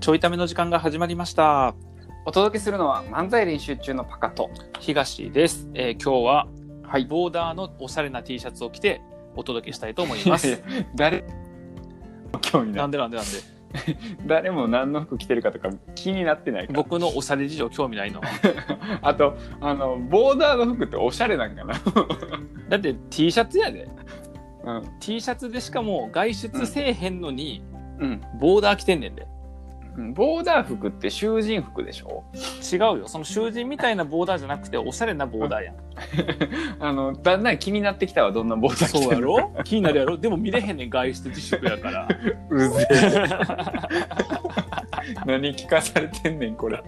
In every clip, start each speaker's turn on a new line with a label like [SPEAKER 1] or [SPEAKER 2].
[SPEAKER 1] ちょいための時間が始まりました。
[SPEAKER 2] お届けするのは漫才練習中のパカと。
[SPEAKER 1] 東です。えー今日は
[SPEAKER 2] はい。
[SPEAKER 1] ボーダーのおしゃれな T シャツを着てお届けしたいと思いま
[SPEAKER 2] いや
[SPEAKER 1] す。
[SPEAKER 2] いや 誰興味な
[SPEAKER 1] ないんでなんでなんで。
[SPEAKER 2] 誰も何の服着てるかとか気になってないから
[SPEAKER 1] 僕のおしゃれ事情興味ないの。
[SPEAKER 2] あとあのボーダーの服っておしゃれなんかな、
[SPEAKER 1] だって T シャツやで。
[SPEAKER 2] うん、
[SPEAKER 1] T シャツでしかも外出せえへんのに
[SPEAKER 2] うん
[SPEAKER 1] ボーダー着てんねんで。
[SPEAKER 2] うん、ボーダー服って囚人服でしょ
[SPEAKER 1] 違うよ。その囚人みたいなボーダーじゃなくておしゃれなボーダーやん。
[SPEAKER 2] あのだんだん気になってきたわどんなボーダー着て
[SPEAKER 1] そう
[SPEAKER 2] る
[SPEAKER 1] や
[SPEAKER 2] の
[SPEAKER 1] ろ気になるやろでも見れへんねん外出自粛やから。
[SPEAKER 2] うぜえ何聞かされてんねんこれ、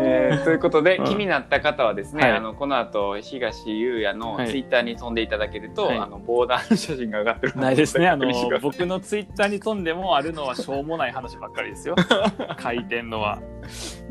[SPEAKER 2] えーということで、
[SPEAKER 1] うん
[SPEAKER 2] 気になった方はですね、
[SPEAKER 1] はい
[SPEAKER 2] あのこの後東優也の
[SPEAKER 1] はい
[SPEAKER 2] ツイッターに飛んでいただけると、
[SPEAKER 1] はい
[SPEAKER 2] あのボーダーの写真が上がって る
[SPEAKER 1] ないです ね。あ
[SPEAKER 2] 確認してくだ
[SPEAKER 1] の、
[SPEAKER 2] さい
[SPEAKER 1] 僕のツイッターに飛んでもあるのはしょうもない話ばっかり ですよ。書いてんのは。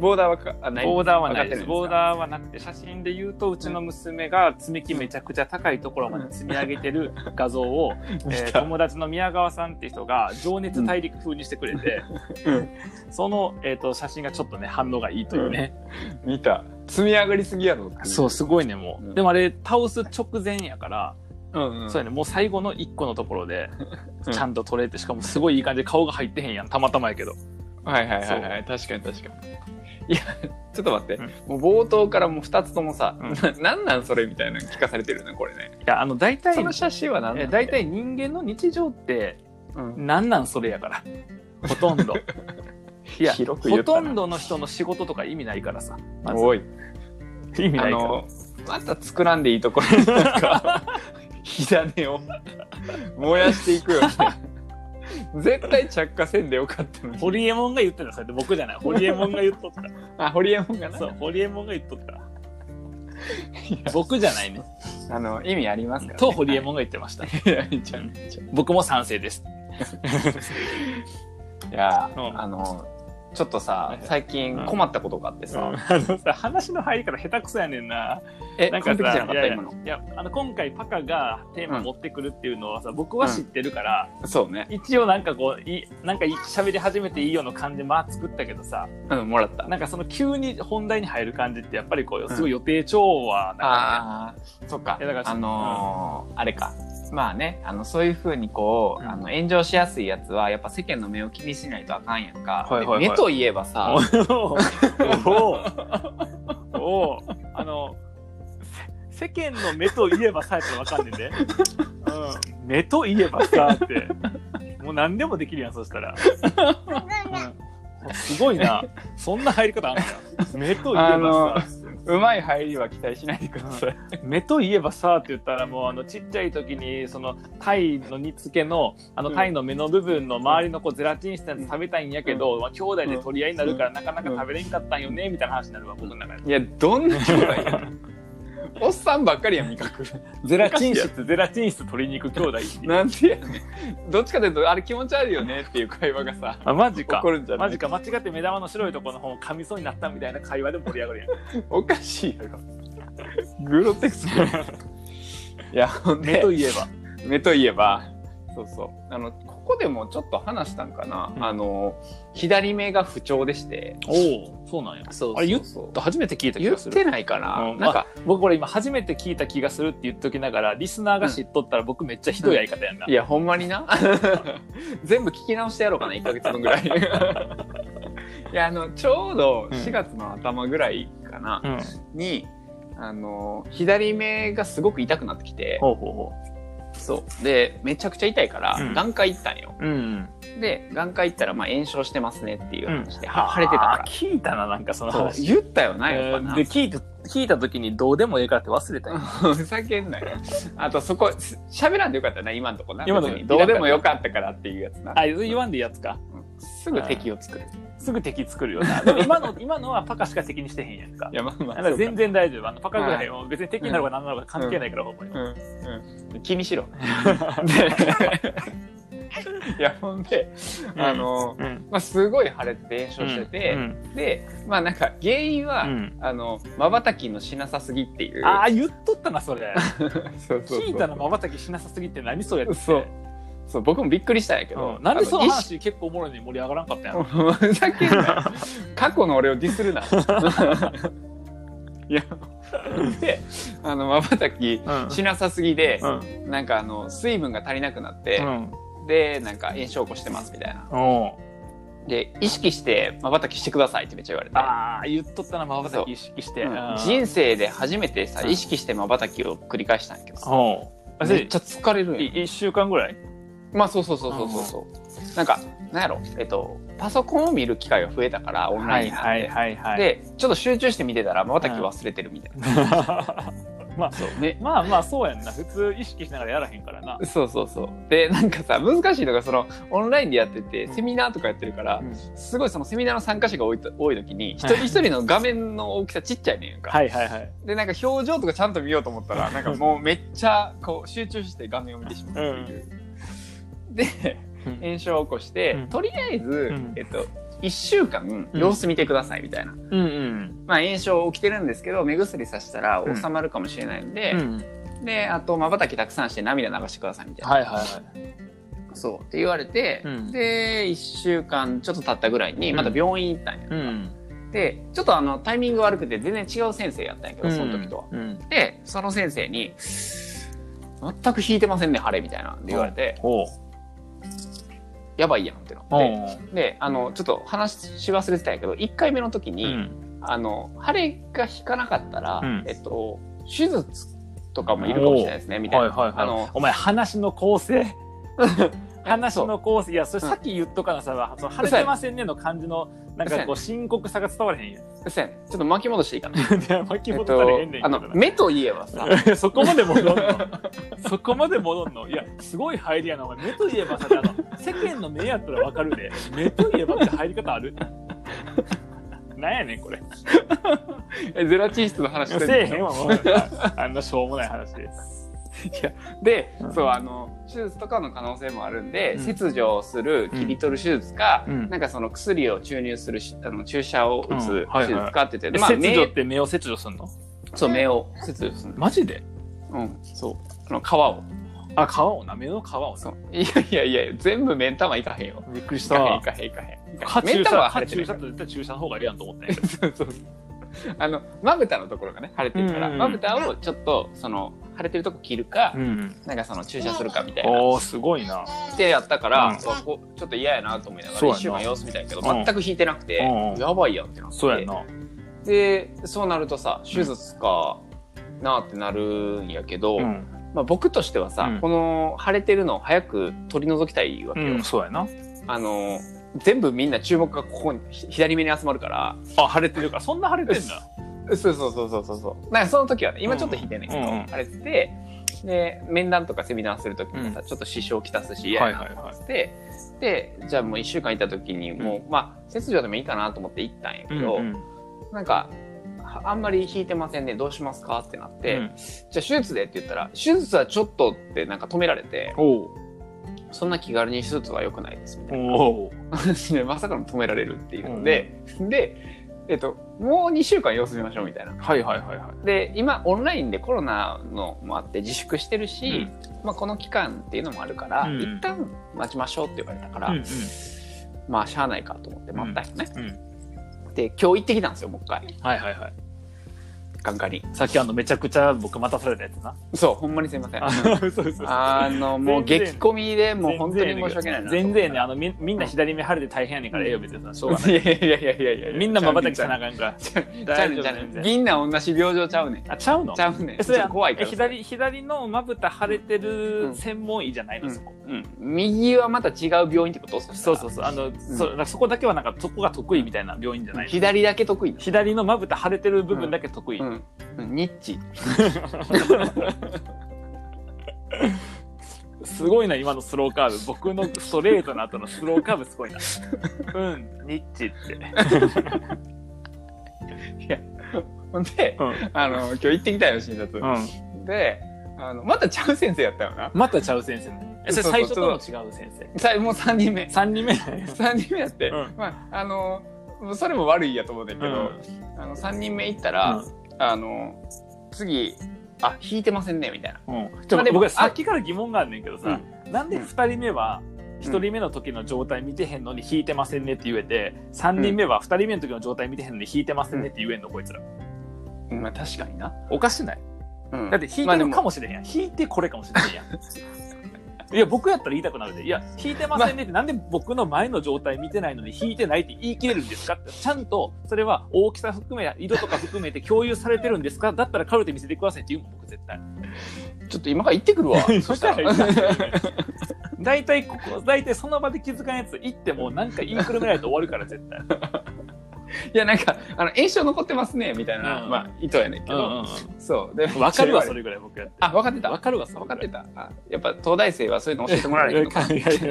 [SPEAKER 2] ボーダーはかあない
[SPEAKER 1] ボーダーはないです。ボ
[SPEAKER 2] 上
[SPEAKER 1] ー
[SPEAKER 2] がっ
[SPEAKER 1] ダーはなくて、写真で言うと、うちの娘が積み木めちゃくちゃ高いところまで積み上げて る画像を、
[SPEAKER 2] てるんで
[SPEAKER 1] えー
[SPEAKER 2] すか
[SPEAKER 1] 友達の宮川さんって人が情熱大陸風にしてくれて、
[SPEAKER 2] うん
[SPEAKER 1] その、えー、と写真がちょっとね、反応がいいというね。
[SPEAKER 2] 見た積み上がりすぎやろ
[SPEAKER 1] そう、すごいね、もう。
[SPEAKER 2] うん
[SPEAKER 1] でもあれ、倒す直前やから、
[SPEAKER 2] うんうん
[SPEAKER 1] そうやね、もう最後の1個のところで
[SPEAKER 2] う、ん
[SPEAKER 1] ちゃんと撮れて、しかもすごいいい感じで顔が入ってへんやん、たまたまやけど。
[SPEAKER 2] はいはいはいはい確かに確かにいやちょっと待って、もう冒頭からもう2つともさ、
[SPEAKER 1] う
[SPEAKER 2] ななんなんそれみたいなの聞かされてるなこれね
[SPEAKER 1] いや、あの、大体
[SPEAKER 2] そ、の写真は何
[SPEAKER 1] え
[SPEAKER 2] なん
[SPEAKER 1] 大体人間の日常って、
[SPEAKER 2] うん
[SPEAKER 1] なんなんそれや から。ほとんど。いや、
[SPEAKER 2] 広く言
[SPEAKER 1] ほ
[SPEAKER 2] ったな
[SPEAKER 1] とんどの人の仕事とか意味ないからさ。まず
[SPEAKER 2] おい
[SPEAKER 1] 意味
[SPEAKER 2] あ
[SPEAKER 1] ないから。
[SPEAKER 2] のまた作らんでいいところにな んか火種を燃やしていくよね絶対着火せんでよかったのに
[SPEAKER 1] ホリエモンが言ってた、それって僕じ ゃない。ホリエモンが言っとっ
[SPEAKER 2] あホリエモンが
[SPEAKER 1] た。
[SPEAKER 2] な
[SPEAKER 1] そう、ホリエモンが言っとった。僕じゃないね。
[SPEAKER 2] あの意味ありますから、ね、
[SPEAKER 1] とホリエモンが言ってました。
[SPEAKER 2] いやいちゃういちゃう
[SPEAKER 1] 僕も賛成です。
[SPEAKER 2] いや、
[SPEAKER 1] うん
[SPEAKER 2] あのちょっと
[SPEAKER 1] は
[SPEAKER 2] さ
[SPEAKER 1] い
[SPEAKER 2] 最近困ったことがあって
[SPEAKER 1] うん
[SPEAKER 2] さ、
[SPEAKER 1] あのさ、話の入りから下手くそやねんな。
[SPEAKER 2] え
[SPEAKER 1] なん
[SPEAKER 2] 完
[SPEAKER 1] か
[SPEAKER 2] 璧じ
[SPEAKER 1] さ
[SPEAKER 2] ゃなか、っ
[SPEAKER 1] いや
[SPEAKER 2] た
[SPEAKER 1] いや
[SPEAKER 2] 今の
[SPEAKER 1] いやあの今回パカがテーマ持ってくるっていうのはさ、僕は知ってるから、
[SPEAKER 2] そうね
[SPEAKER 1] 一応なんかこういなんかい喋り始めていいよの感じまあ作ったけどさ
[SPEAKER 2] うんもらった
[SPEAKER 1] なんかその急に本題に入る感じってやっぱりこうすごい予定調和だか
[SPEAKER 2] ああそっか
[SPEAKER 1] いやだから
[SPEAKER 2] あのーあれかまあねあのそういうふうにこう、
[SPEAKER 1] うん
[SPEAKER 2] あの炎上しやすいやつはやっぱ世間の目を気にしないとあかんやん
[SPEAKER 1] は
[SPEAKER 2] か、
[SPEAKER 1] いはいはい
[SPEAKER 2] で目といえばさ
[SPEAKER 1] らね、おおおおあのせ世間の目といえばさやったらわかんねんで、うん、目といえばさってもう何でもできるやんそしたら、うんすごいなそんな入り方あるんだ目といえばさ
[SPEAKER 2] うまい入りは期待しないでください、
[SPEAKER 1] 目といえばさって言ったらもうあのちっちゃい時にそのタイの煮付けのあの
[SPEAKER 2] うん
[SPEAKER 1] タイの目の部分の周りのこうゼラチンしたやつ食べたいんやけど、まあ、兄弟で取り合いになるからなかなか食べれんかったんよねみたいな話になるわ僕の中で。
[SPEAKER 2] いやどんな兄弟やねんおっさんばっかりやん味覚
[SPEAKER 1] ゼラチン
[SPEAKER 2] おかし
[SPEAKER 1] 室ゼラチン室取りに行く兄弟って
[SPEAKER 2] い
[SPEAKER 1] いう
[SPEAKER 2] やんなんでやねんどっちかというとあれ気持ち悪いよねっていう会話がさ
[SPEAKER 1] あマジ
[SPEAKER 2] 起
[SPEAKER 1] か
[SPEAKER 2] こるんじゃない
[SPEAKER 1] マジか間違って目玉の白いところの方を噛みそうになったみたいな会話で盛り上がるやん
[SPEAKER 2] おかしいやろグロテクスいやほんで
[SPEAKER 1] 目といえば
[SPEAKER 2] 目といえばそうそうあのここでもちょっと話したんかな、
[SPEAKER 1] うん
[SPEAKER 2] あの左目が不調でして
[SPEAKER 1] おおそうなんや
[SPEAKER 2] そう
[SPEAKER 1] あれ言っ
[SPEAKER 2] そう
[SPEAKER 1] と初めて聞いた気
[SPEAKER 2] 言
[SPEAKER 1] が
[SPEAKER 2] っ
[SPEAKER 1] する
[SPEAKER 2] てないかな、
[SPEAKER 1] うん
[SPEAKER 2] なんか、
[SPEAKER 1] 僕これ今初めて聞いた気がするって言っときながらリスナーが知っとったら僕めっちゃひどいやり方やんな、
[SPEAKER 2] いやほんまにな 全部聞き直してやろうかな1ヶ月分 ぐらいいやあのちょうど4月の頭ぐらいかな、
[SPEAKER 1] うん、
[SPEAKER 2] にあの左目がすごく痛くなってきて
[SPEAKER 1] ほうほうほ
[SPEAKER 2] そうでめちゃくちゃ痛いから、
[SPEAKER 1] うん
[SPEAKER 2] 眼科行ったんよ
[SPEAKER 1] ううん
[SPEAKER 2] で眼科行ったら、まあ、炎症してますねっていう話で、は
[SPEAKER 1] あ
[SPEAKER 2] 腫れてたから
[SPEAKER 1] 聞いたななんかその
[SPEAKER 2] そう
[SPEAKER 1] 話
[SPEAKER 2] 言ったよな、
[SPEAKER 1] え
[SPEAKER 2] やっぱ
[SPEAKER 1] ー
[SPEAKER 2] な。
[SPEAKER 1] で聞いた聞いた時にどうでもええからって忘れたよ
[SPEAKER 2] ふざけんなよ。あとそこ、す喋らんでよかったな、今のとこな。
[SPEAKER 1] 今
[SPEAKER 2] 今
[SPEAKER 1] の
[SPEAKER 2] の
[SPEAKER 1] とこ
[SPEAKER 2] どうでもよかったからっていうやつな。
[SPEAKER 1] あ言わんでいいやつか
[SPEAKER 2] うんすぐ敵を作る。
[SPEAKER 1] すぐ敵作るよなでも今の 今のはパカしか敵にしてへんやんか
[SPEAKER 2] いや、まあま
[SPEAKER 1] だか
[SPEAKER 2] あ。
[SPEAKER 1] ら全
[SPEAKER 2] 然。
[SPEAKER 1] 然大丈夫あのパカぐらいは別に敵になろうが何なろうが関係ないからほんまに
[SPEAKER 2] うん、うん。気にしろ。 いや、ほんで、あの、
[SPEAKER 1] うん
[SPEAKER 2] まあ、すごい腫れてて炎症してて、
[SPEAKER 1] うん
[SPEAKER 2] で、まあなんか原因は、
[SPEAKER 1] うん
[SPEAKER 2] あの、瞬きのしなさすぎっていう。
[SPEAKER 1] ああ言っとったなそれ
[SPEAKER 2] そうそうそう
[SPEAKER 1] 聞いたのまばたきしなさすぎて何それって
[SPEAKER 2] そう。そう僕もびっくりしたんやけど、
[SPEAKER 1] うんなんでその
[SPEAKER 2] あ意識
[SPEAKER 1] 話結構おもろいのに盛り上がらんかったんやろ
[SPEAKER 2] ふざけんなよ過去の俺をディスるないやであのまばたき
[SPEAKER 1] うん
[SPEAKER 2] しなさすぎで
[SPEAKER 1] う、ん
[SPEAKER 2] なんかあの水分が足りなくなって、
[SPEAKER 1] うん
[SPEAKER 2] でなんか炎症起こしてますみたいな
[SPEAKER 1] おう
[SPEAKER 2] で意識してまばたきしてくださいってめっちゃ言われて
[SPEAKER 1] ああ言っとったなまばたき意識して、
[SPEAKER 2] うん
[SPEAKER 1] 生
[SPEAKER 2] 人生で初めてさ
[SPEAKER 1] うん
[SPEAKER 2] 意識してまばたきを繰り返したんやけどさ
[SPEAKER 1] おうあ
[SPEAKER 2] めっ
[SPEAKER 1] せ
[SPEAKER 2] ちゃ疲れるんや
[SPEAKER 1] 1週間ぐらい
[SPEAKER 2] まあそうそうそうそうそうそうなんかなんやろえっとパソコンを見る機会が増えたからオンラインで、
[SPEAKER 1] はいは
[SPEAKER 2] でちょっと集中して見てたらまばたき忘れてるみたいな、
[SPEAKER 1] まあ
[SPEAKER 2] そうね
[SPEAKER 1] まあまあそうやんな普通意識しながらやらへんからな
[SPEAKER 2] そうそうそうでなんかさ難しいのがそのオンラインでやっててセミナーとかやってるから、すごいそのセミナーの参加者が多いと多い時に一人一人の画面の大きさちっちゃいねんやんか、
[SPEAKER 1] はいはいはい
[SPEAKER 2] でなんか表情とかちゃんと見ようと思ったらなんかもうめっちゃこう集中して画面を見てしまうっていう、で炎症を起こして、
[SPEAKER 1] うん
[SPEAKER 2] とりあえず、
[SPEAKER 1] ん
[SPEAKER 2] えっと1週間
[SPEAKER 1] うん
[SPEAKER 2] 様子見てくださいみたいな、
[SPEAKER 1] うんうん
[SPEAKER 2] まあ炎症起きてるんですけど目薬さしたら
[SPEAKER 1] うん
[SPEAKER 2] 収まるかもしれないんで、
[SPEAKER 1] うん
[SPEAKER 2] であとまばたきたくさんして涙流してくださいみたいな、
[SPEAKER 1] はいはいはい
[SPEAKER 2] そうって言われて、
[SPEAKER 1] うん
[SPEAKER 2] で1週間ちょっと経ったぐらいにまた病院行ったんや、
[SPEAKER 1] うん
[SPEAKER 2] でちょっとあのタイミング悪くて全然違う先生やったんやけどその時とは、
[SPEAKER 1] うん
[SPEAKER 2] でその先生に「全く引いてませんね晴れ」みたいなって言われて
[SPEAKER 1] おう
[SPEAKER 2] 「やばいやん」ってなっ
[SPEAKER 1] お
[SPEAKER 2] て
[SPEAKER 1] う
[SPEAKER 2] であのちょっと話し忘れてたんやけど1回目の時
[SPEAKER 1] う
[SPEAKER 2] に、
[SPEAKER 1] ん
[SPEAKER 2] あの晴れが引かなかったら、
[SPEAKER 1] うん
[SPEAKER 2] えっと、手術とかもいるかもしれないですねみたい
[SPEAKER 1] はいはい
[SPEAKER 2] な。
[SPEAKER 1] はい
[SPEAKER 2] あの
[SPEAKER 1] お前話の構成話
[SPEAKER 2] そう
[SPEAKER 1] の構成いやそれ
[SPEAKER 2] うん
[SPEAKER 1] さっき言っとかなさ、その晴れてませんねの感じのなんかこう深刻さが伝わらへんやん
[SPEAKER 2] せんちょっと巻き戻していいか な。
[SPEAKER 1] いや巻き
[SPEAKER 2] えっ
[SPEAKER 1] 戻
[SPEAKER 2] と
[SPEAKER 1] されへんねんけ
[SPEAKER 2] あ
[SPEAKER 1] どな
[SPEAKER 2] の目といえば さ
[SPEAKER 1] いやそこまで戻んの そこまで戻んのいやすごい入りやなお前目といえばさあの世間の目やったらわかるで目といえばって入り方ある なんやねんこれ
[SPEAKER 2] えゼラチン質の話して
[SPEAKER 1] せえ
[SPEAKER 2] んの
[SPEAKER 1] へんわもうああんなしょうもない話で
[SPEAKER 2] で、
[SPEAKER 1] うん
[SPEAKER 2] そうあの手術とかの可能性もあるんで、
[SPEAKER 1] うん
[SPEAKER 2] 切除する切り取る手術か、
[SPEAKER 1] うん
[SPEAKER 2] なんかその薬を注入するしあの注射を打
[SPEAKER 1] う
[SPEAKER 2] つ
[SPEAKER 1] んはいはい
[SPEAKER 2] 手術かって言って、
[SPEAKER 1] で
[SPEAKER 2] まあ、
[SPEAKER 1] 切除っ
[SPEAKER 2] 目
[SPEAKER 1] て目を切除すんの
[SPEAKER 2] そう目を切除する、
[SPEAKER 1] マジで
[SPEAKER 2] うん、
[SPEAKER 1] そう
[SPEAKER 2] その皮を
[SPEAKER 1] あ皮をな目の皮を
[SPEAKER 2] そ
[SPEAKER 1] な
[SPEAKER 2] う いやいやいや全部目ん玉いかへんよ
[SPEAKER 1] びっくりし
[SPEAKER 2] い
[SPEAKER 1] た
[SPEAKER 2] かへんいかへんいかへんいかへ
[SPEAKER 1] 歯
[SPEAKER 2] ん目
[SPEAKER 1] 注
[SPEAKER 2] ん玉
[SPEAKER 1] 射
[SPEAKER 2] は腫
[SPEAKER 1] 歯注
[SPEAKER 2] れて
[SPEAKER 1] 射っ
[SPEAKER 2] るから
[SPEAKER 1] て絶対注射の方がええやんと思ってん
[SPEAKER 2] そうそうそう あのまぶたのところがね腫れてるから、
[SPEAKER 1] うんうん
[SPEAKER 2] まぶたをちょっとその腫れてるとこ切るか、
[SPEAKER 1] うん
[SPEAKER 2] なんかその注射するかみたいな
[SPEAKER 1] おーすごいな
[SPEAKER 2] ってやったから、
[SPEAKER 1] うん
[SPEAKER 2] うわこうちょっと嫌やなと思いなが
[SPEAKER 1] そう
[SPEAKER 2] ら
[SPEAKER 1] やな
[SPEAKER 2] 一週間様子見たんやけど、
[SPEAKER 1] うん
[SPEAKER 2] 全く引いてなくて、
[SPEAKER 1] うんうん
[SPEAKER 2] やばいやんってなって
[SPEAKER 1] そうやんな
[SPEAKER 2] でそうなるとさ手術かなってなるんやけど、
[SPEAKER 1] うん
[SPEAKER 2] まあ、僕としてはさ、
[SPEAKER 1] うん
[SPEAKER 2] この腫れてるのを早く取り除きたいわけ
[SPEAKER 1] う
[SPEAKER 2] よ、
[SPEAKER 1] んそうやな
[SPEAKER 2] あの全部みんな注目がここにひ左目に集まるから
[SPEAKER 1] あ腫れてるからそんな腫れてんだ
[SPEAKER 2] そうそうそうそうそうそうなんかその時はね今ちょっと引いてんねんけど、
[SPEAKER 1] うんうん
[SPEAKER 2] 腫れててで面談とかセミナーする時にさ、ちょっと支障をきたすし嫌やな
[SPEAKER 1] はいはい
[SPEAKER 2] ででじゃあもう1週間いた時にもう、まあ切除でもいいかなと思って行ったんやけど、
[SPEAKER 1] うんうん
[SPEAKER 2] なんかああんまり引いてませんねどうしますかってなって、
[SPEAKER 1] うん
[SPEAKER 2] じゃあ手術でって言ったら手術はちょっとってなんか止められて
[SPEAKER 1] おう
[SPEAKER 2] そんな気軽に手術は良くないですみたいな
[SPEAKER 1] おう
[SPEAKER 2] 話でまさかの止められるっていうので、で、えっと、もう2週間様子見ましょうみたいな。
[SPEAKER 1] はいはいはいはい
[SPEAKER 2] で今オンラインでコロナのもあって自粛してるし、まあ、この期間っていうのもあるから、
[SPEAKER 1] うん
[SPEAKER 2] 一旦待ちましょうって言われたから、
[SPEAKER 1] うん
[SPEAKER 2] まあしゃあないかと思って待ったんよね、
[SPEAKER 1] うんうん
[SPEAKER 2] で今日行ってきたんですよもう一回
[SPEAKER 1] はいはいはい
[SPEAKER 2] 眼科に
[SPEAKER 1] さっきあのめちゃくちゃ僕待たされたやつ な
[SPEAKER 2] そうほんまにすいません
[SPEAKER 1] あ
[SPEAKER 2] あ
[SPEAKER 1] そうそう
[SPEAKER 2] のもう
[SPEAKER 1] 全然
[SPEAKER 2] 激混みでもう本当に申し訳ないな
[SPEAKER 1] 全然ね
[SPEAKER 2] あ
[SPEAKER 1] あのみみんな左目腫れて大変やねんからええよ別にさしょうがない
[SPEAKER 2] いやいやいやいやいや
[SPEAKER 1] みんなまばたきしなあ
[SPEAKER 2] く
[SPEAKER 1] かんから
[SPEAKER 2] ちゃうねんちゃう
[SPEAKER 1] 大
[SPEAKER 2] ね
[SPEAKER 1] 丈夫
[SPEAKER 2] んちゃうねん
[SPEAKER 1] 全然
[SPEAKER 2] みんな同じ病状ちゃうねん
[SPEAKER 1] あちゃうの
[SPEAKER 2] ちゃうねん
[SPEAKER 1] え
[SPEAKER 2] ち
[SPEAKER 1] そ
[SPEAKER 2] ょ
[SPEAKER 1] れ
[SPEAKER 2] っと怖いから
[SPEAKER 1] え左左のまぶた腫れて
[SPEAKER 2] う
[SPEAKER 1] る
[SPEAKER 2] ん
[SPEAKER 1] 専門医じゃないの、
[SPEAKER 2] うん
[SPEAKER 1] そこ
[SPEAKER 2] うん、右はまた違う病院ってこと
[SPEAKER 1] そうそううそうあの、そだからそこだけはなんかそこが得意みたいな病院じゃないの
[SPEAKER 2] 左だけ得意
[SPEAKER 1] 左のまぶた腫れてる部分だけ得意、
[SPEAKER 2] うん、うん、ニッチ
[SPEAKER 1] すごいな今のスローカーブ僕のストレートの後のスローカーブすごいなうんニッチって
[SPEAKER 2] ほんで
[SPEAKER 1] うん、
[SPEAKER 2] あの今日行ってきたよ診察、
[SPEAKER 1] うん、
[SPEAKER 2] であのまたちゃう先生やったよな
[SPEAKER 1] またちゃう先生ねえそれ
[SPEAKER 2] そうそう
[SPEAKER 1] 最初との違う先生
[SPEAKER 2] さもう3人目
[SPEAKER 1] 3人目なんや
[SPEAKER 2] 3人目やって、
[SPEAKER 1] うん
[SPEAKER 2] まああのそれも悪いやと思うんだけど、あの3人目行ったら、あの次あ引いてませんねみたいな
[SPEAKER 1] うん、ちょ
[SPEAKER 2] まあでも
[SPEAKER 1] 僕はさっきから疑問があんねんけどさ、なんで
[SPEAKER 2] うん
[SPEAKER 1] 2人目は1人目の時の状態見てへんのに引いてませんねって言えて3人目は2人目の時の状態見てへんのに引いてませんねって言えんのこいつら
[SPEAKER 2] うんまあ確かにな、
[SPEAKER 1] おかしない
[SPEAKER 2] うん
[SPEAKER 1] だって引い
[SPEAKER 2] ま
[SPEAKER 1] て
[SPEAKER 2] あ
[SPEAKER 1] る
[SPEAKER 2] で
[SPEAKER 1] か
[SPEAKER 2] も
[SPEAKER 1] もしれへんやん、引いてこれかもしれへんや んいや僕やったら言いたくなるでいや引いてませんねって、なんで僕の前の状態見てないのに引いてないって言い切れるんですかってちゃんとそれは大きさ含め色とか含めて共有されてるんですかだったらカルテ見せてくださいって言うもん僕絶 対
[SPEAKER 2] ちょっと今から行って くるわ
[SPEAKER 1] そしたら言いたいよね大体ここ大体その場で気づかんやつ行ってもなんか言いくるめないと終わるから絶対、
[SPEAKER 2] いやなんかあの炎症残ってますねみたいな、
[SPEAKER 1] うん
[SPEAKER 2] まあ意図やねんけど、そうで
[SPEAKER 1] 分かるわそ
[SPEAKER 2] れ
[SPEAKER 1] れぐらい僕やって
[SPEAKER 2] あ分かってた
[SPEAKER 1] 分かるわそれ
[SPEAKER 2] 分
[SPEAKER 1] ぐ
[SPEAKER 2] からっ
[SPEAKER 1] い
[SPEAKER 2] てたあやっぱ東大生はそういうの教えてもらえないいと か
[SPEAKER 1] やいやいや東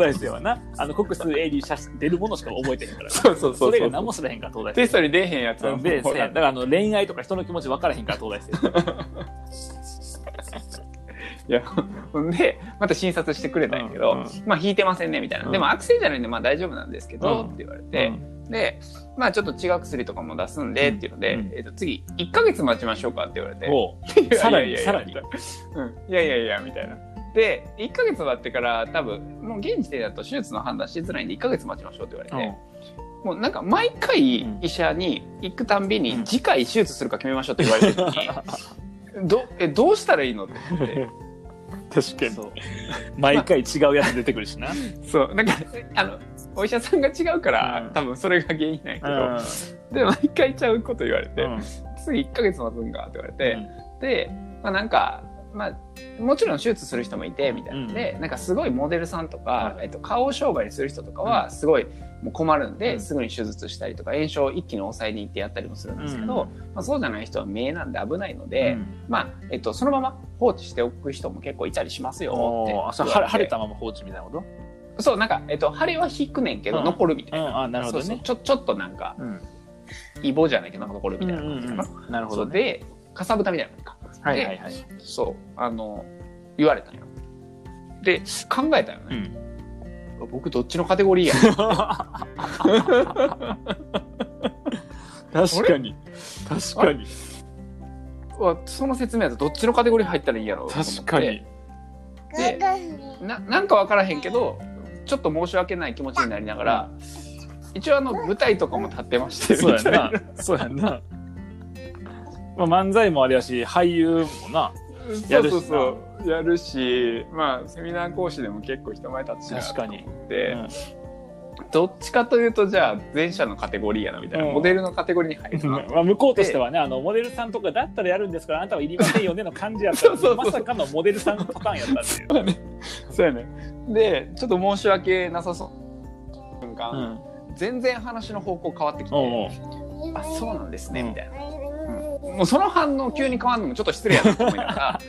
[SPEAKER 1] 大生はなあの国数 AD 写真出るものしか覚えてへん から
[SPEAKER 2] そうそうそうそう
[SPEAKER 1] れが何も知らへんから 東大
[SPEAKER 2] テストに出えへんやつは
[SPEAKER 1] 生
[SPEAKER 2] もう
[SPEAKER 1] でせやだからあの恋愛とか人の気持ち分からへんから東大生
[SPEAKER 2] いやほんでまた診察してくれたんやけど、
[SPEAKER 1] うんうん
[SPEAKER 2] まあ引いてませんねみたいな、
[SPEAKER 1] うん
[SPEAKER 2] でも悪性じゃないんでまあ大丈夫なんですけど、
[SPEAKER 1] うん
[SPEAKER 2] って言われて、でまあちょっと違う薬とかも出すんでっていうので、
[SPEAKER 1] うんうん
[SPEAKER 2] えっと次1か月待ちましょうかって言われて、
[SPEAKER 1] もう
[SPEAKER 2] いや
[SPEAKER 1] さらに
[SPEAKER 2] いやいや
[SPEAKER 1] さらに
[SPEAKER 2] うんいやいやいやみたいな。で1か月経ってから多分もう現時点だと手術の判断しづらいんで1か月待ちましょうって言われて、もうなんか毎回
[SPEAKER 1] うん
[SPEAKER 2] 医者に行くたんびに、
[SPEAKER 1] うん
[SPEAKER 2] 次回手術するか決めましょうって言われてるの にどえどうしたらいいのって思って
[SPEAKER 1] 確かに毎回違 うやつ出てくるしな、
[SPEAKER 2] そうなんかあのお医者さんが違うから、
[SPEAKER 1] うん
[SPEAKER 2] 多分それが原因なんやけど、で毎回ちゃうこと言われて、
[SPEAKER 1] うん
[SPEAKER 2] 次1か月待つんかって言われて。で、まあ、なんか、まあ、もちろん手術する人もいてみたいなので、なんかすごいモデルさんとか、
[SPEAKER 1] は
[SPEAKER 2] えっと、顔を商売にする人とかはすごいもう困るんで、
[SPEAKER 1] うん
[SPEAKER 2] すぐに手術したりとか炎症を一気に抑えに行ってやったりもするんですけど、まあ、そうじゃない人は目なんで危ないので、
[SPEAKER 1] うん
[SPEAKER 2] まあえっと、そのまま放置しておく人も結構いたりしますよ
[SPEAKER 1] お
[SPEAKER 2] って
[SPEAKER 1] ーあそう
[SPEAKER 2] 言わ
[SPEAKER 1] 晴
[SPEAKER 2] れ
[SPEAKER 1] れ晴れ
[SPEAKER 2] て
[SPEAKER 1] たまま放置みたいなこと、
[SPEAKER 2] そうなんか、えっと、腫れは引くねんけど、
[SPEAKER 1] うん
[SPEAKER 2] 残るみたいな。
[SPEAKER 1] あなるほどね
[SPEAKER 2] そうそうちょちょっとなんか
[SPEAKER 1] うん
[SPEAKER 2] イボじゃないけどなんか残るみたいな
[SPEAKER 1] うん
[SPEAKER 2] 感じかな、
[SPEAKER 1] なるほど、
[SPEAKER 2] そう
[SPEAKER 1] ね、
[SPEAKER 2] でかさぶたみたいなのか
[SPEAKER 1] はいはいはい、
[SPEAKER 2] そう、あの、言われたんよ。で、考えたよね。僕、どっちのカテゴリーや
[SPEAKER 1] 確かに確かに
[SPEAKER 2] うわその説明だとどっちのカテゴリー入ったらいいやろと思って
[SPEAKER 1] 確かに。
[SPEAKER 2] でな、なんかわからへんけど、ちょっと申し訳ない気持ちになりながら、一応あの、舞台とかも立ってまして、
[SPEAKER 1] そうや
[SPEAKER 2] みたいな
[SPEAKER 1] な。そうやな。まあ、漫才もあれやし、俳優もな。
[SPEAKER 2] そ
[SPEAKER 1] や
[SPEAKER 2] う
[SPEAKER 1] るしな
[SPEAKER 2] そうそう。やるし、まあ、セミナー講師でも結構人前立つしな
[SPEAKER 1] 確かに。
[SPEAKER 2] で、
[SPEAKER 1] うん
[SPEAKER 2] どっちかというと、じゃあ、前者のカテゴリーやな、みたいな。
[SPEAKER 1] うん
[SPEAKER 2] モデルのカテゴリーに入るな。
[SPEAKER 1] まあ、向こうとしてはねあのモデルさんとかだったらやるんですからあなたはいりませんよねの感じやった
[SPEAKER 2] そ うそうそう
[SPEAKER 1] らまさかのモデルさんのパターンやったっていう、
[SPEAKER 2] そうやね。で、ちょっと申し訳なさそう。瞬間、
[SPEAKER 1] うん、
[SPEAKER 2] 全然話の方向変わってきて、
[SPEAKER 1] おうおう
[SPEAKER 2] あ、そうなんですね、
[SPEAKER 1] うん
[SPEAKER 2] みたいな。もうその反応急に変わるのもちょっと失礼やなと思いな がら、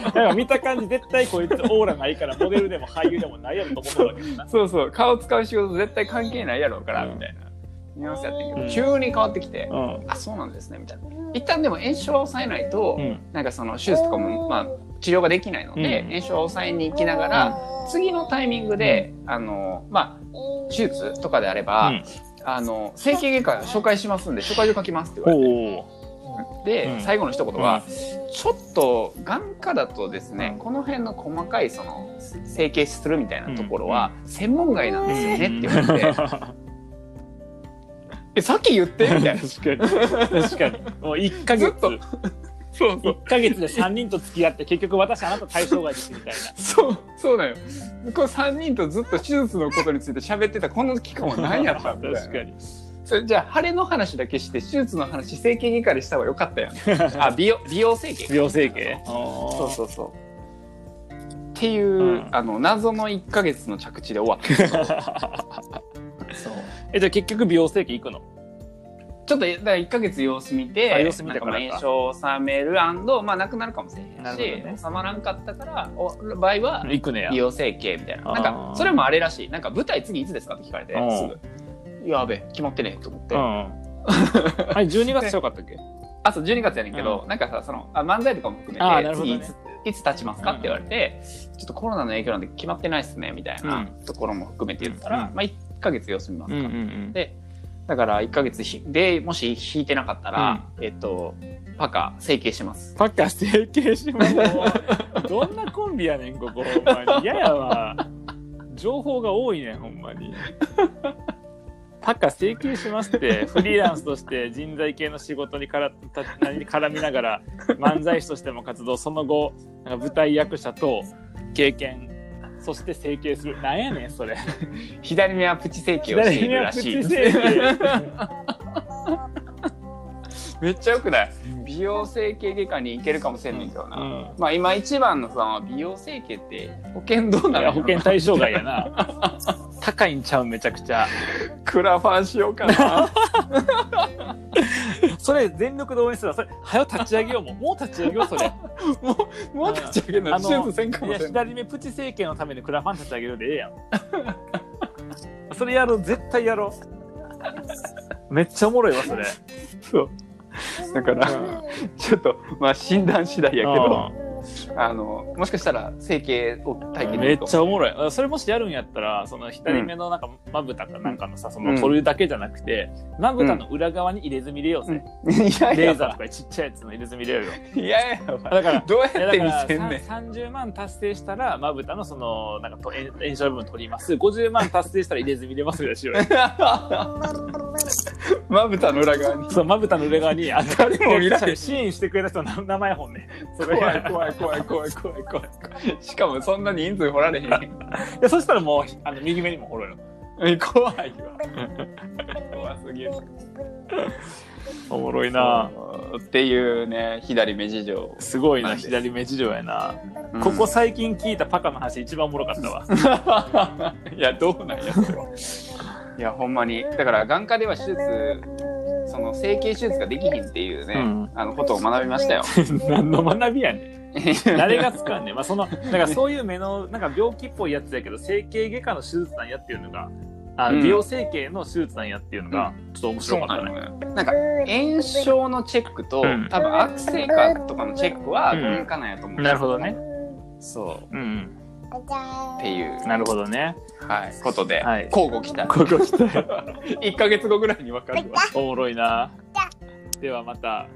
[SPEAKER 1] だから見た感じ絶対こいつオーラないからモデルでも俳優でもないやろと思ったわけだな
[SPEAKER 2] そうそう、顔使う仕事絶対関係ないやろうから、
[SPEAKER 1] うん
[SPEAKER 2] みたいなニュアンスやってんけど、
[SPEAKER 1] うん
[SPEAKER 2] 急に変わってきて、
[SPEAKER 1] うん
[SPEAKER 2] あ、そうなんですね、みたいな。一旦でも炎症は抑えないと、
[SPEAKER 1] うん
[SPEAKER 2] なんかその手術とかも、まあ、治療ができないので、
[SPEAKER 1] うん
[SPEAKER 2] 炎症を抑えに行きながら、次のタイミングで、あの、まあ、手術とかであれば、
[SPEAKER 1] うん
[SPEAKER 2] あの整形外科紹介しますんで紹介状書きますって言われて
[SPEAKER 1] おう
[SPEAKER 2] で、
[SPEAKER 1] うん
[SPEAKER 2] 最後の一言は、ちょっと眼科だとですねこの辺の細かいその整形するみたいなところは専門外なんですよねって言われて、えさっき言ってみ たいな
[SPEAKER 1] 確かに確かにもう1ヶ
[SPEAKER 2] ずっと
[SPEAKER 1] 月
[SPEAKER 2] そうそう
[SPEAKER 1] 1ヶ月で3人と付き合って結局私あなた対象外ですみたいな
[SPEAKER 2] そうそうだよこの3人とずっと手術のことについて喋ってたこの期間は何やったんだ
[SPEAKER 1] 確かに
[SPEAKER 2] それじゃあ腫れの話だけして手術の話整形外科でした方がよかったよ ねあ美容美容整形
[SPEAKER 1] 美容整形
[SPEAKER 2] そうそうそう。っていう、
[SPEAKER 1] うん
[SPEAKER 2] あの謎の1か月の着地で終わった。そう
[SPEAKER 1] えじゃあ結局美容整形行くの
[SPEAKER 2] ちょっとだから1か月様子見て、
[SPEAKER 1] あ様子見て
[SPEAKER 2] なんかまあ
[SPEAKER 1] からか
[SPEAKER 2] 炎症を収めるまあなくなるかもしれへん
[SPEAKER 1] なるほ
[SPEAKER 2] し、
[SPEAKER 1] どね
[SPEAKER 2] 収まらんかったからお場合は
[SPEAKER 1] 行くねや
[SPEAKER 2] 美容整形みたいな。
[SPEAKER 1] あ
[SPEAKER 2] な
[SPEAKER 1] ー
[SPEAKER 2] んかそれもあれらしい。なんか舞台次いつですかって聞かれて
[SPEAKER 1] うん
[SPEAKER 2] すぐ。やべえ決まってねえと思って、
[SPEAKER 1] うん あれ12月強かったっけ
[SPEAKER 2] あそう12月やねんけど、なんかさそのあ漫才とかも含
[SPEAKER 1] あー
[SPEAKER 2] めて、
[SPEAKER 1] なるほど
[SPEAKER 2] 次
[SPEAKER 1] ね
[SPEAKER 2] いついつ立ちますかって言われて、ちょっとコロナの影響なんで決まってないっすねみたいな
[SPEAKER 1] う
[SPEAKER 2] ところも含めて言ったら、
[SPEAKER 1] うん
[SPEAKER 2] まあ1ヶ月様子見ます、
[SPEAKER 1] んうん
[SPEAKER 2] でだから1ヶ月ひでもし引いてなかったら、えっとパカ整形します
[SPEAKER 1] パッカー整形しますどんなコンビやねんここほんまに嫌やわ情報が多いねんほんまにパッカー整形しますってフリーランスとして人材系の仕事にからた何絡みながら漫才師としても活動その後なんか舞台役者と経験そして整形するなんやねんそれ
[SPEAKER 2] 左目はプチ整形をしているらしい
[SPEAKER 1] 左 目は
[SPEAKER 2] めっちゃよくない美容整形外科に行けるかもしれないけどな、
[SPEAKER 1] うん
[SPEAKER 2] まあ今一番の不安は美容整形って保険どう
[SPEAKER 1] だから
[SPEAKER 2] なる
[SPEAKER 1] 保険対象外やな高いんちゃうめちゃくちゃ
[SPEAKER 2] クラファンしようかな
[SPEAKER 1] それ全力で応援するわそれ早よ立ち上げよう もうもう立ち上げようそれ
[SPEAKER 2] もうもう立ち上げんの
[SPEAKER 1] あの
[SPEAKER 2] 手術せんか
[SPEAKER 1] い
[SPEAKER 2] も
[SPEAKER 1] や
[SPEAKER 2] しれない
[SPEAKER 1] 左目プチ整形のためにクラファン立ち上げるでええやん それやろう絶対やろうめっちゃおもろいわそれ
[SPEAKER 2] そうだから、ちょっとまあ診断次第やけどあのもしかしたら整形を体験でき
[SPEAKER 1] めっ
[SPEAKER 2] るかも
[SPEAKER 1] ちゃおもろいあそれもしやるんやったらその左目のなんかまぶたかなんかのさその取るだけじゃなくてまぶたの裏側に入れ墨入れようぜ、
[SPEAKER 2] うんいやい
[SPEAKER 1] レ
[SPEAKER 2] や
[SPEAKER 1] ーザーとかちっちゃいやつの入れ墨入れようよ
[SPEAKER 2] いやいや
[SPEAKER 1] あだから
[SPEAKER 2] どうやっ
[SPEAKER 1] いや
[SPEAKER 2] て
[SPEAKER 1] だ
[SPEAKER 2] 見
[SPEAKER 1] から
[SPEAKER 2] せんねん
[SPEAKER 1] さん30万達成したらまぶたのそのなんかと炎炎症部分取ります50万達成したら入れ墨入れますよしよう
[SPEAKER 2] まぶたの裏側に
[SPEAKER 1] そうまぶたの裏側にあの
[SPEAKER 2] 誰も見られん
[SPEAKER 1] シーンしてくれた人の名前本ねそれ
[SPEAKER 2] 怖い怖い怖い怖い怖い怖いしかもそんな人数掘られへん
[SPEAKER 1] いやそしたらもうあの右目にもほろよ
[SPEAKER 2] 怖いわ怖すぎる
[SPEAKER 1] おもろい
[SPEAKER 2] っていうね左目事情
[SPEAKER 1] すごいな
[SPEAKER 2] マジで
[SPEAKER 1] 左目事情やな、
[SPEAKER 2] うん
[SPEAKER 1] ここ最近聞いたパカの話一番おもろかったわ
[SPEAKER 2] いやどうなんやそれはいやほんまにだから眼科では手術その整形手術ができひんっていうね、
[SPEAKER 1] うん
[SPEAKER 2] あのことを学びましたよ
[SPEAKER 1] 何の学びやねん誰が使うねん、まあ、そのなんかそういう目のなんか病気っぽいやつやけど整形外科の手術なんやっていうのがあ、
[SPEAKER 2] うん
[SPEAKER 1] 美容整形の手術なんやっていうのがちょっと面白かったね、
[SPEAKER 2] なんか炎症のチェックと、
[SPEAKER 1] うん
[SPEAKER 2] 多分悪性化とかのチェックは
[SPEAKER 1] うん
[SPEAKER 2] 文化なんやと思う、
[SPEAKER 1] なるほどね
[SPEAKER 2] そう
[SPEAKER 1] うんうん
[SPEAKER 2] って いう、
[SPEAKER 1] なるほどね
[SPEAKER 2] はい、ことで、
[SPEAKER 1] はい
[SPEAKER 2] 交互期待
[SPEAKER 1] ここ来た
[SPEAKER 2] 1か月後ぐらいに分かるわ
[SPEAKER 1] おもろいなではまた